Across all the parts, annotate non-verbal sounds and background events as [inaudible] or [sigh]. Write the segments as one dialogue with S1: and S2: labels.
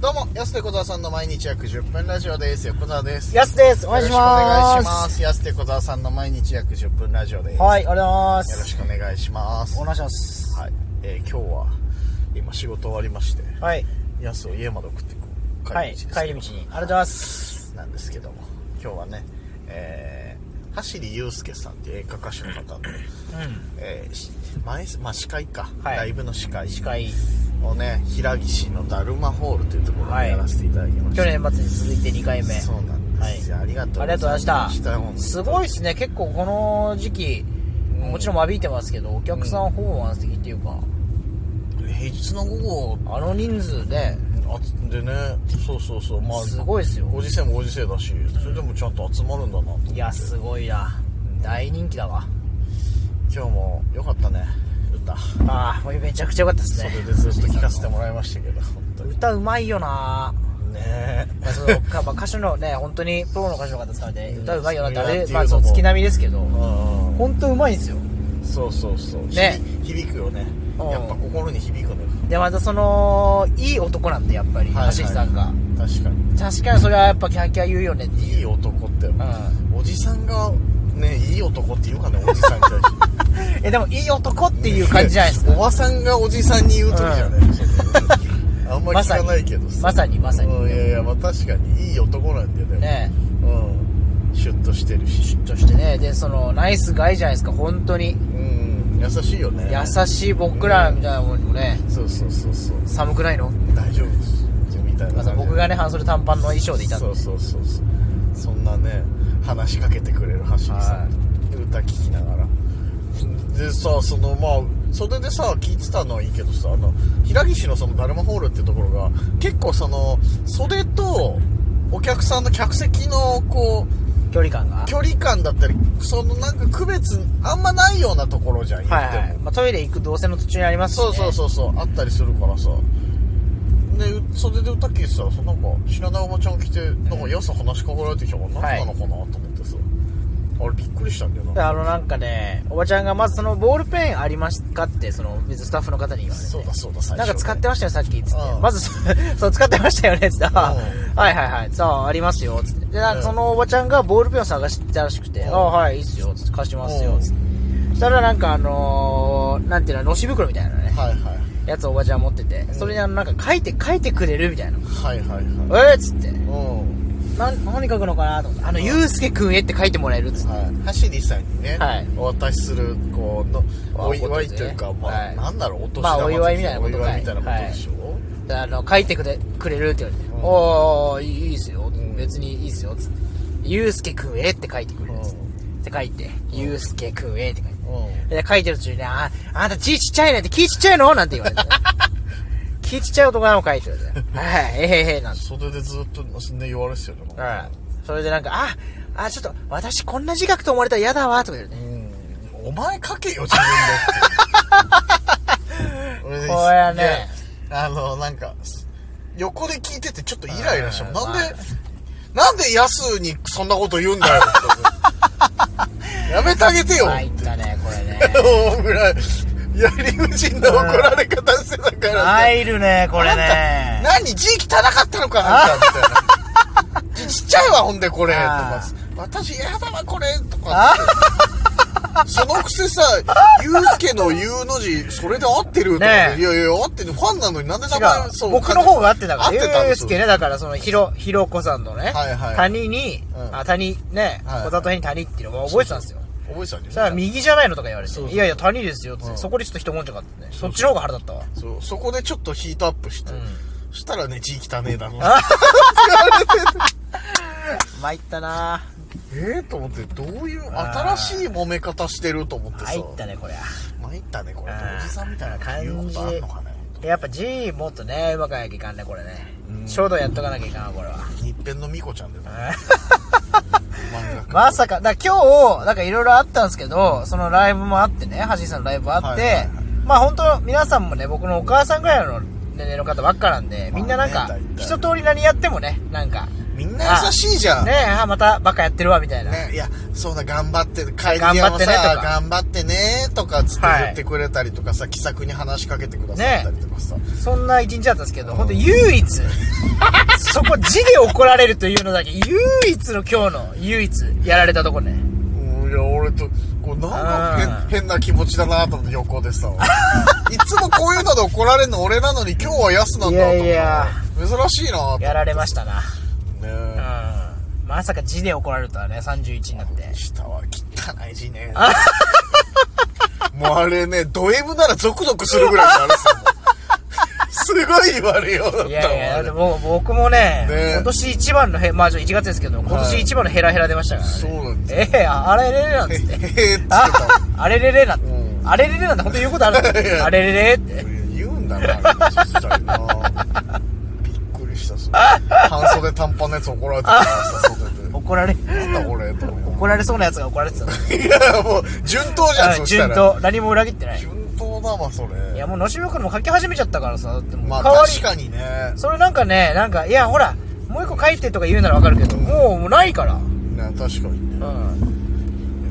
S1: どうも、安手小沢さんの毎日約10分ラジオです。横澤です。
S2: やすです。お願いします。
S1: よろしくお願いします。安手小沢さんの毎日約10分ラジオです。。
S2: はいい、ありがとうございま
S1: よろ
S2: す。
S1: しくお願いします。
S2: お
S1: は
S2: 願いします。
S1: い。えー今日は、今仕事終わりまして、
S2: はい。
S1: 安を家まで送っていく
S2: はい、
S1: ですけど
S2: 帰り道に。ありがとうございます。
S1: なんですけども、今日はね、えー、走り祐介さんっていう演歌歌手の方の、
S2: うん。
S1: えーし前、まあ、司会か、
S2: はい
S1: ライブの司会
S2: 司会、
S1: をね平岸のだるまホールというところ
S2: は
S1: で
S2: い
S1: やらせていただきました、
S2: 去年末に続いて2回目。
S1: そうなんですよ、
S2: はい
S1: ありがとう
S2: ありがとうございました。すごい
S1: い
S2: ですね。結構この時期、
S1: ん
S2: もちろん間引いてますけど、お客さんほぼ満席っていうか、
S1: 平日の午後
S2: あの人数で、
S1: あつでねそうそうそうまあ
S2: すごいですよ。
S1: ご時世もご時世だしそれでもちゃんと集まるんだなと思って
S2: いや、すごいな。大人気だわ。
S1: 今日もよかったね歌
S2: ああ、もうめちゃくちゃ良かったです
S1: そ
S2: ね
S1: れ。でずっと聴かせてもらいましたけど本当にね
S2: 歌うまいよな
S1: え
S2: まあ、そのかまあ歌手のね本当にプロの歌手の方ですからね
S1: うん
S2: 歌うまいよなってあ
S1: そういう
S2: れ、
S1: の
S2: まあ、その
S1: も
S2: 月並みですけど
S1: うん
S2: 本当うまいんですよ
S1: そうそうそう
S2: ね
S1: 響響くよね
S2: うん
S1: やっぱ心に響くのよ
S2: でまたそのいい男なんでやっぱ
S1: は
S2: り
S1: いはい
S2: 橋木さんが
S1: 確かに
S2: 確かにそれはやっぱキャーキャー言うよねっていう
S1: いい男って、
S2: ん
S1: おじさんがねいい男って言うかねおじさんに対して
S2: えでもいい男っていう感じじゃないです
S1: お
S2: か
S1: ばさんがおじさんに言う時じゃない、あんまり
S2: ま
S1: 聞
S2: さ
S1: か
S2: に
S1: ないけどさ
S2: [laughs] まさにまさに
S1: うんいやいやまあ確かにいい男なんだよね
S2: ね
S1: うんシュッとしてるしシュッとし
S2: でねでそのナイスガイじゃないですか本当に
S1: うん優しいよね
S2: 優しい僕らみたいなもんにもね
S1: そうそうそうそう
S2: 寒くないの
S1: 大丈夫ですみたいな感
S2: ま
S1: じ
S2: ず
S1: で
S2: 僕がね半袖短パンの衣装でいたんで
S1: そうそうそうそうそんなね話しかけてくれる橋さ
S2: は
S1: んで歌聴きながらでさそのまあそれでさ聞いてたのはいいけどさあの平岸のそのダルマホールっていうところが結構その袖とお客さんの客席のこう
S2: 距離感が
S1: 距離感だったりそのなんか区別あんまないようなところじゃん言
S2: はい
S1: っても、
S2: はい、まあ、トイレ行く動線の途中にありますし、ね、
S1: そうそうそうそうあったりするからさでう袖で歌聴いてたらさなんか知らないおばちゃん来てなんかよさ話しかけられてきたから
S2: はい
S1: 何なのかなと思ってさ、あれびっくりしたんだよ
S2: で
S1: な
S2: あのなんかねおばちゃんがまずそのボールペンありますかってその別にスタッフの方に言われて
S1: そうだそうだ最初
S2: なんか使ってましたよさっきっつって
S1: うん
S2: まずそそう使ってましたよねっつってあ
S1: うん
S2: [laughs] はいはいはいさあありますよっつってでな
S1: う
S2: ん
S1: ん
S2: かそのおばちゃんがボールペンを探してたらしくて
S1: う
S2: あ
S1: ん
S2: はいいいっすよっつって貸します
S1: う
S2: よ
S1: ん
S2: っつってそしたらなんかあのー、なんていうののし袋みたいなね
S1: はいはい
S2: やつをおばちゃん持ってて
S1: ん
S2: それにあのなんか書いて書いてくれるみたいな
S1: はいはいはい
S2: えっ、っつって
S1: うん
S2: なん何書くのかなと思ってあの、ゆうすけくんへって書いてもらえるっつって
S1: はい、走りさんにね、
S2: はい
S1: お渡しするこうの
S2: あ
S1: お祝い
S2: お
S1: と
S2: 手
S1: い
S2: 伝いう
S1: か、まあ
S2: はい
S1: なんだろうお年
S2: まあお祝いみたいなこと
S1: お祝いみたいなこと
S2: はい
S1: でしょ、
S2: であの書いてくれくれるって言われて
S1: う
S2: 「
S1: ん
S2: おーおーいいいいっすよ
S1: ん
S2: 別にいいっすよ」つって「ゆうすけくんへ」って書いてくれるっつって
S1: う
S2: って書いて「ゆうすけくんへ」って書いて
S1: うん
S2: で書いてる途中にね「ああんた字ちっちゃいね」って「木ちっちゃいの?」なんて言わ [laughs] れて木ちっちゃい男なの書いてるで [laughs] 「はいえへへ」なんて
S1: 袖でずっとね言われてたよねなんか
S2: それでなんか「ああちょっと私こんな字書くと思われたら嫌だわ」とか言うね
S1: お前書けよ、自分でって。俺ね
S2: [laughs] これはね。
S1: いやあの、なんか、す横で聞いててちょっとイライラしたもん。
S2: うん
S1: なんで、なんでヤスにそんなこと言うんだよ
S2: [laughs]
S1: って。やめてあげてよ [laughs]
S2: 入ったねこれね
S1: 思うぐらい、やり無人な怒られ方してたから。
S2: [laughs] 入るねこれね
S1: 何字汚かったのかあんたみたいな。 [laughs] 字ちっちゃいわ、ほんでこれ。と
S2: あ
S1: か
S2: ー
S1: 私、やだわ、これ。とかって。 [laughs] そのくせさ、ゆうすけの U の字、それで合ってるとか
S2: ね
S1: って。
S2: え
S1: いやいや、合ってる。ファンなのになんで名前、
S2: 違う。僕の方が合ってたから。
S1: 合ってたん
S2: ゆ
S1: で
S2: う
S1: す
S2: す
S1: よ
S2: けね、だからその、ひろ、ひろこさんのね、
S1: はいはい
S2: 谷に、
S1: うん
S2: あ、谷、ね、
S1: はい
S2: 小里編に谷っていうのを覚えてたんですよ。
S1: 覚えてたん
S2: そし
S1: じ
S2: た
S1: ゃ
S2: ら
S1: ない
S2: 右じゃないのとか言われて、
S1: そうそう
S2: いやいや谷ですよって、
S1: うん
S2: そこでちょっと一文字があってね、そっちの方が腹立ったわ。
S1: そうそこでちょっとヒートアップして。そしたらね、字汚ねえだろ。
S2: 参ったなぁ
S1: ええと思って、どういう、
S2: あー
S1: 新しい揉め方してると思ってさ。
S2: 入ったね、こりゃ。
S1: 参ったね、これ。
S2: あー
S1: おじさんみたいな感じ。言うことあんのかね。
S2: やっぱ G もっとね、うまくやらなきゃいかんね、これね。衝動やっとかなきゃいかんわ、これは。
S1: 日編のミコちゃんだよね。漫画家
S2: まさか、だから今日、なんかいろいろあったんですけど、そのライブもあってね、橋井さんのライブあって、
S1: はいはいはい
S2: まあ本当皆さんもね、僕のお母さんぐらいの年齢の方ばっかなんで、みんななん
S1: まあ
S2: か
S1: ね大、体
S2: 一通り何やってもね、なんか、
S1: みんな優しいじゃん。
S2: ね
S1: ね。
S2: え、あまたバカやってるわ、みたいな。
S1: いや、そうだ、頑張って、帰り際もさ、頑
S2: 頑
S1: 張ってねとか、つって
S2: はい
S1: 言ってくれたりとかさ、気さくに話しかけてくださったりとかさ。
S2: そんな一日だったんですけど、
S1: うん
S2: 本当唯一、そこ字で怒られるというのだけ、唯一の今日の、唯一、やられたとこね。
S1: うんいや俺とこうなんか
S2: うん
S1: 変変な気持ちだなと思って横で
S2: [laughs]
S1: さいつもこういうので怒られるの俺なのに今日は安なんだと思って
S2: いやいや
S1: 珍しいなと思って
S2: やられましたな。う
S1: ね
S2: ん。まさか字で怒られるとはね、31になって。
S1: 下は汚い字ねもうあれねド M ならゾクゾクするぐらいになるさもうすごい言われようだったもん
S2: いやいや、
S1: あ
S2: で
S1: れ
S2: も僕もね、
S1: ね
S2: 今年一番のへ、まあちょっと1月ですけど、今年一番のヘラヘラ出ましたからね。
S1: そうなん
S2: ええああれれれなんつ
S1: [laughs] え
S2: って。
S1: えって言って
S2: あ
S1: たもん、
S2: あれれれなんて
S1: う。
S2: あれれれなんて本当言うことあるんだ
S1: いやいや
S2: あれれれって。
S1: 言うんだなあれ実際な [laughs] びっくりしたそれ半袖短パンのやつ怒られてたから
S2: [laughs]
S1: さ袖で
S2: 怒られ、
S1: なんだこれと思
S2: 怒られそうなやつが怒られてたの。
S1: ういやもう順当じゃ [laughs] んそした
S2: 順
S1: ら
S2: 当。何も裏切ってない。
S1: 順当だわそ
S2: い
S1: れ
S2: や、もう、のしみくんも書き始めちゃったからさ、だってもう、
S1: まあ
S2: 代わり
S1: 確かにね
S2: それなんかね、なんか、いや、ほら、もう一個書いてとか言うならわかるけど、もう、もうないから。う
S1: な確かにね
S2: ん。
S1: い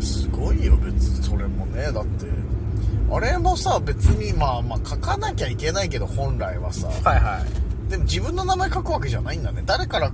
S1: やすごいよ別にそれもねだってあれもさ別にまあまあ書かなきゃいけないけど本来はさ
S2: はいは
S1: でも自分の名前書くわけじゃないんだね誰から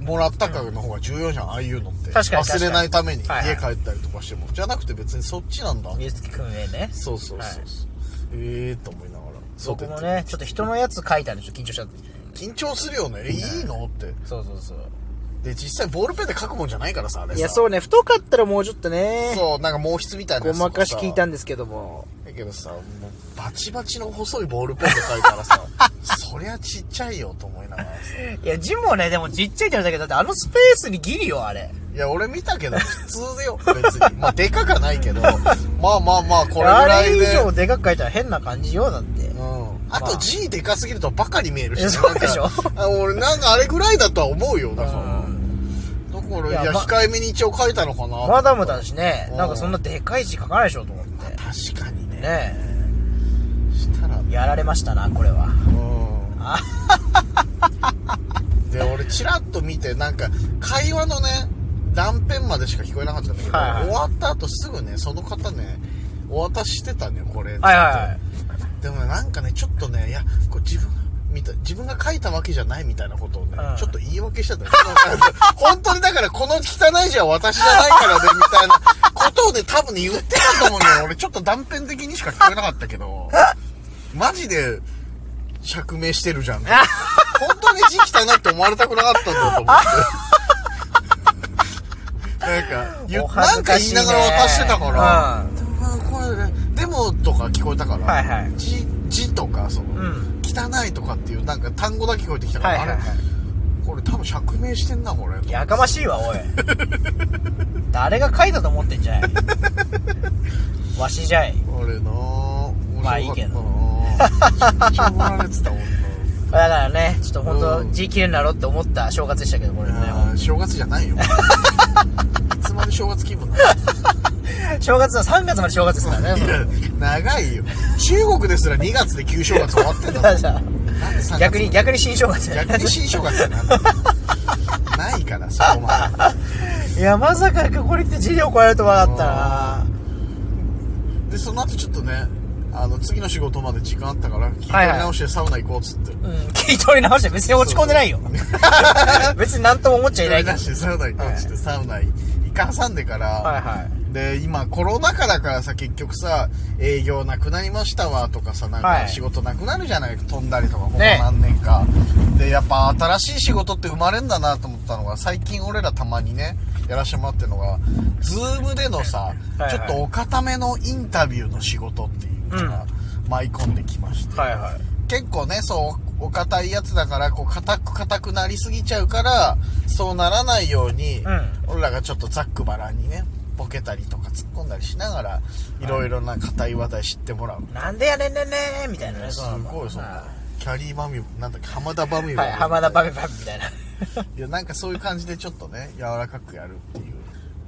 S1: もらったかの方が重要じゃんああいうのって
S2: 確かに
S1: 忘れないために
S2: 確かに
S1: 家帰ったりとかしても、じゃなくて別にそっちなんだ
S2: い。みゆつきくんへね。
S1: そうそうそうそう、ええー、と思いながらそう
S2: 僕もね、ちょっと人のやつ書いたんでちょっと緊張しちゃって。
S1: 緊張するよねえいいのって
S2: そうそうそう。
S1: で実際ボールペンで書くもんじゃないからさあれさ
S2: いや、そうね、太かったらもうちょっとね、
S1: そうなんか毛筆みたいな
S2: ご
S1: やつと
S2: まかし
S1: さ
S2: 聞いたんですけども。
S1: だけどさもうバチバチの細いボールペンで書いた
S2: [laughs]
S1: らさそりゃちっちゃいよと思いながらさ
S2: いや、字もね、でもちっちゃいってあれだけど、だってあのスペースにギリよ、あれ。
S1: いや、俺見たけど、普通だよ、別に。まあ、でかかない
S2: [laughs]
S1: けど、まあまあまあ、これぐ
S2: あ
S1: ら
S2: れ
S1: い
S2: 以
S1: で。
S2: 上でかく書いたら変な感じよ、だって。
S1: うん。あ
S2: ま
S1: と
S2: あ
S1: G でかすぎるとバカに見えるし
S2: えそうでしょ
S1: なんかあ俺なんかあれぐらいだとは思うよ、だか
S2: う
S1: ら。だか
S2: ん
S1: ら、い
S2: い
S1: や
S2: や、ま
S1: 控えめに一応書いたのかな。
S2: マダムだしね
S1: う、ん
S2: なんかそんなでかい字書かないでしょ、と思って。
S1: 確かにね。
S2: ね
S1: したら、う
S2: え、やられましたな、これは。
S1: ん。
S2: あ
S1: で、俺、チラッと見て、なんか、会話のね、断片までしか聞こえなかったんだけど、
S2: はいはい
S1: 終わった後すぐね、その方ね、お渡ししてたね、これ。
S2: はいはいはい。
S1: でもねなんかねちょっとねいやこう自分が見た自分が書いたわけじゃないみたいなことをね、
S2: うん
S1: ちょっと言い訳してたよ [laughs] 本当にだからこの汚い字は私じゃないからねみたいな [laughs] ことをね多分ね言ってたと思うんだ
S2: [laughs]
S1: よ俺ちょっと断片的にしか聞こえなかったけどマジで釈明してる
S2: [laughs]
S1: じゃん本当に字汚いって思われたくなかったんだと思ってなんか言
S2: お
S1: う
S2: 恥
S1: な
S2: ず
S1: んか
S2: か
S1: 言
S2: し
S1: い
S2: いね
S1: ながら渡してたから、
S2: うん
S1: でもまあこれねでもとか聞こえたから、
S2: はいはい
S1: 字字とかその、
S2: ん
S1: 汚いとかっていうなんか単語だけ聞こえてきたから、
S2: はいはいはい
S1: あれこれ多分釈明してんなこれ
S2: やかましいわ、お [laughs] い。誰が書いたと思ってんじゃい。わしじゃい。
S1: あれなあ
S2: まあいいけど
S1: 面白かったなあめっちゃ怒ら
S2: [laughs]
S1: れてたもんな
S2: だからね、ちょっと本
S1: う
S2: 当
S1: ん
S2: 字綺麗になろうって思った正月でしたけど、これね。
S1: いや正月じゃない
S2: [laughs]
S1: よいつまで正月気分なの
S2: 正月は3月まで正月ですから
S1: い
S2: ね。
S1: や長いよ中国ですら2月で旧正月終わってんだ
S2: だ
S1: も
S2: か
S1: ん
S2: ら [laughs] さ
S1: なんで三月
S2: 逆に、逆に新正月だよね
S1: 逆に新正月なんだないからそこまで
S2: いや、まさかこれって字で怒られるとはなかったな
S1: でその後ちょっとねあの次の仕事まで時間あったから聞い
S2: はい
S1: 直してサウナ行こうっつって、
S2: うん、聞い取り直して別に落ち込んでないよ。 [laughs] 別に何とも思っちゃいないけど。
S1: してサウナ行こうっつってサウナ行か挟んでから、
S2: はいはい。
S1: で今コロナ禍だからさ結局さ営業なくなりましたわとかさなん
S2: は
S1: か
S2: い
S1: 仕事なくなるじゃないか飛んだりとかここ
S2: ね
S1: 何年か、でやっぱ新しい仕事って生まれんだなと思ったのが最近俺らたまにねやらしてもらってるのが Zoom でのさ
S2: いはい
S1: ちょっとお固めのインタビューの仕事っていうのが舞い込んできまして、
S2: はいはい。
S1: 結構ねそうお堅いやつだからこう硬く硬くなりすぎちゃうからそうならないように、
S2: ん
S1: 俺らがちょっとざっくばらんにねボケたりとか突っ込んだりしながらいろいろな硬い話題知ってもらう、
S2: なんでやねんねんねーみたいなね、
S1: す
S2: うなの
S1: ごいそんな
S2: は
S1: キャリーバミュなんだっけ浜田バミュ
S2: いはい、浜田バビバビみたい
S1: [laughs]
S2: な。
S1: いやなんかそういう感じでちょっとね柔らかくやるっていう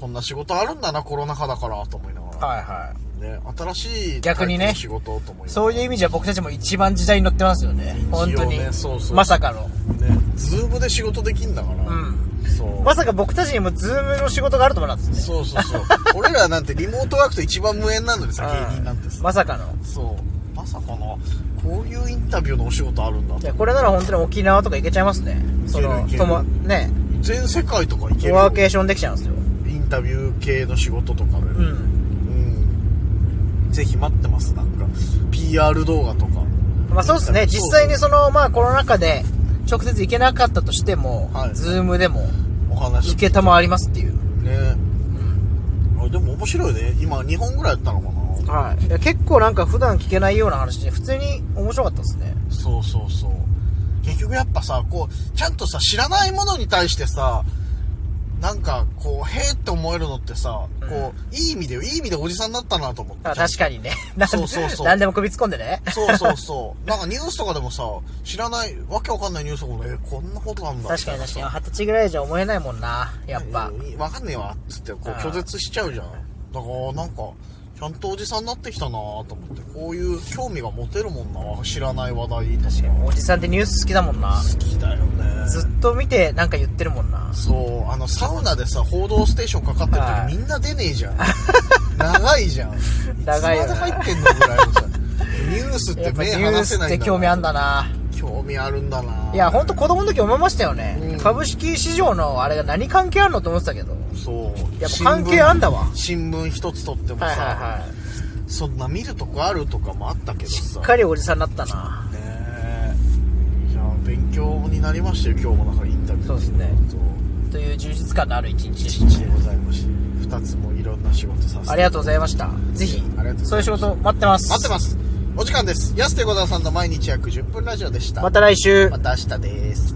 S1: こんな仕事あるんだなコロナ禍だからと思いながら、
S2: はいは
S1: ね、新しい
S2: 逆にね
S1: タイプの仕事と思い
S2: い。
S1: な
S2: そう
S1: がら
S2: いう意味じゃ僕たちも一番時代に乗ってますよね。本当に。
S1: 一応ねそうそう
S2: まさかの。
S1: ねズームで仕事できんだから、
S2: うん
S1: そう
S2: まさか僕たちにもズームの仕事があると思わなかったですね。
S1: そうそうそう。 [laughs] 俺らなんてリモートワークと一番無縁なのにさ、芸人なんて
S2: うん
S1: さ。
S2: まさかの。
S1: そう。まさかの、こういうインタビューのお仕事あるんだ
S2: いやこれなら本当に沖縄とか行けちゃいますねその
S1: いけるいける
S2: ともね
S1: 全世界とか行ける
S2: ワーケーションできちゃうんですよ
S1: インタビュー系の仕事とかで、
S2: う
S1: うん
S2: ん
S1: ぜひ待ってますなんか PR 動画とか
S2: まあそうですね
S1: そうそう
S2: 実際にそのまあコロナ禍で直接行けなかったとしても、
S1: はい
S2: ズームでも
S1: お話
S2: 行けたまありますっていう
S1: ねあでも面白いね今2本ぐらいやったのかな
S2: はいいや結構なんか普段聞けないような話で普通に面白かったですね
S1: そうそうそう結局やっぱさこうちゃんとさ知らないものに対してさなんかこうへーって思えるのってさ、こういい意味でいい意味でおじさんになったなと思って
S2: あ確かにね
S1: [laughs]
S2: なん
S1: そうそうそう
S2: 何でも首突っ込んでね
S1: そうそうそう。 [laughs] なんかニュースとかでもさ、知らない、わけわかんないニュースとかで、え、こんなことあんだ。
S2: 確かに確かに
S1: み
S2: 二十歳ぐらいじゃ思えないもんなやった
S1: いな
S2: ぱ
S1: さ。えわかんねえわ、っつって、こう
S2: あー
S1: 拒絶しちゃうじゃん。だから、なんか、ちゃんとおじさんになってきたなぁと思って、こういう興味が持てるもんな知らない話題とか。
S2: おじさんってニュース好きだもんな
S1: 好きだよね。
S2: ずっと見てなんか言ってるもんな
S1: そう、あの、サウナでさ、報道ステーションかかってる
S2: はい
S1: 時みんな出ねえじゃん。長いじゃん。
S2: [laughs] 長いよ
S1: つ
S2: な
S1: まで入ってんのぐらいのさ、ニュースっ
S2: や
S1: て
S2: っぱニ
S1: 目
S2: ュー
S1: 離
S2: ス
S1: せな
S2: っ
S1: い
S2: て
S1: んだ
S2: 興味あん
S1: だ。
S2: だな
S1: 興味あるんだない
S2: いや、ほんと子供の時思いましたよね、
S1: うん
S2: 株式市場のあれが何関係あるのと思ってたけど。
S1: そう
S2: やっぱ関係あんだわ
S1: 新聞新聞一つとってもさ、
S2: い。
S1: そんな見るとこあるとかもあったけどさ
S2: しっかりおじさんになったな。
S1: ねえいや勉強になりましたよ今日もなんかインタビュー
S2: そうですね
S1: そう
S2: という充実感のある一日で
S1: 一
S2: し
S1: 日でございました2つもいろんな仕事させて
S2: た。ありがとうございました。ぜ
S1: あ
S2: ひ
S1: りがとうございま、した
S2: そういう仕事待ってます。。
S1: 待ってますすお時間です安手小沢さんの毎日約10分ラジオでした
S2: また来週。
S1: また明日です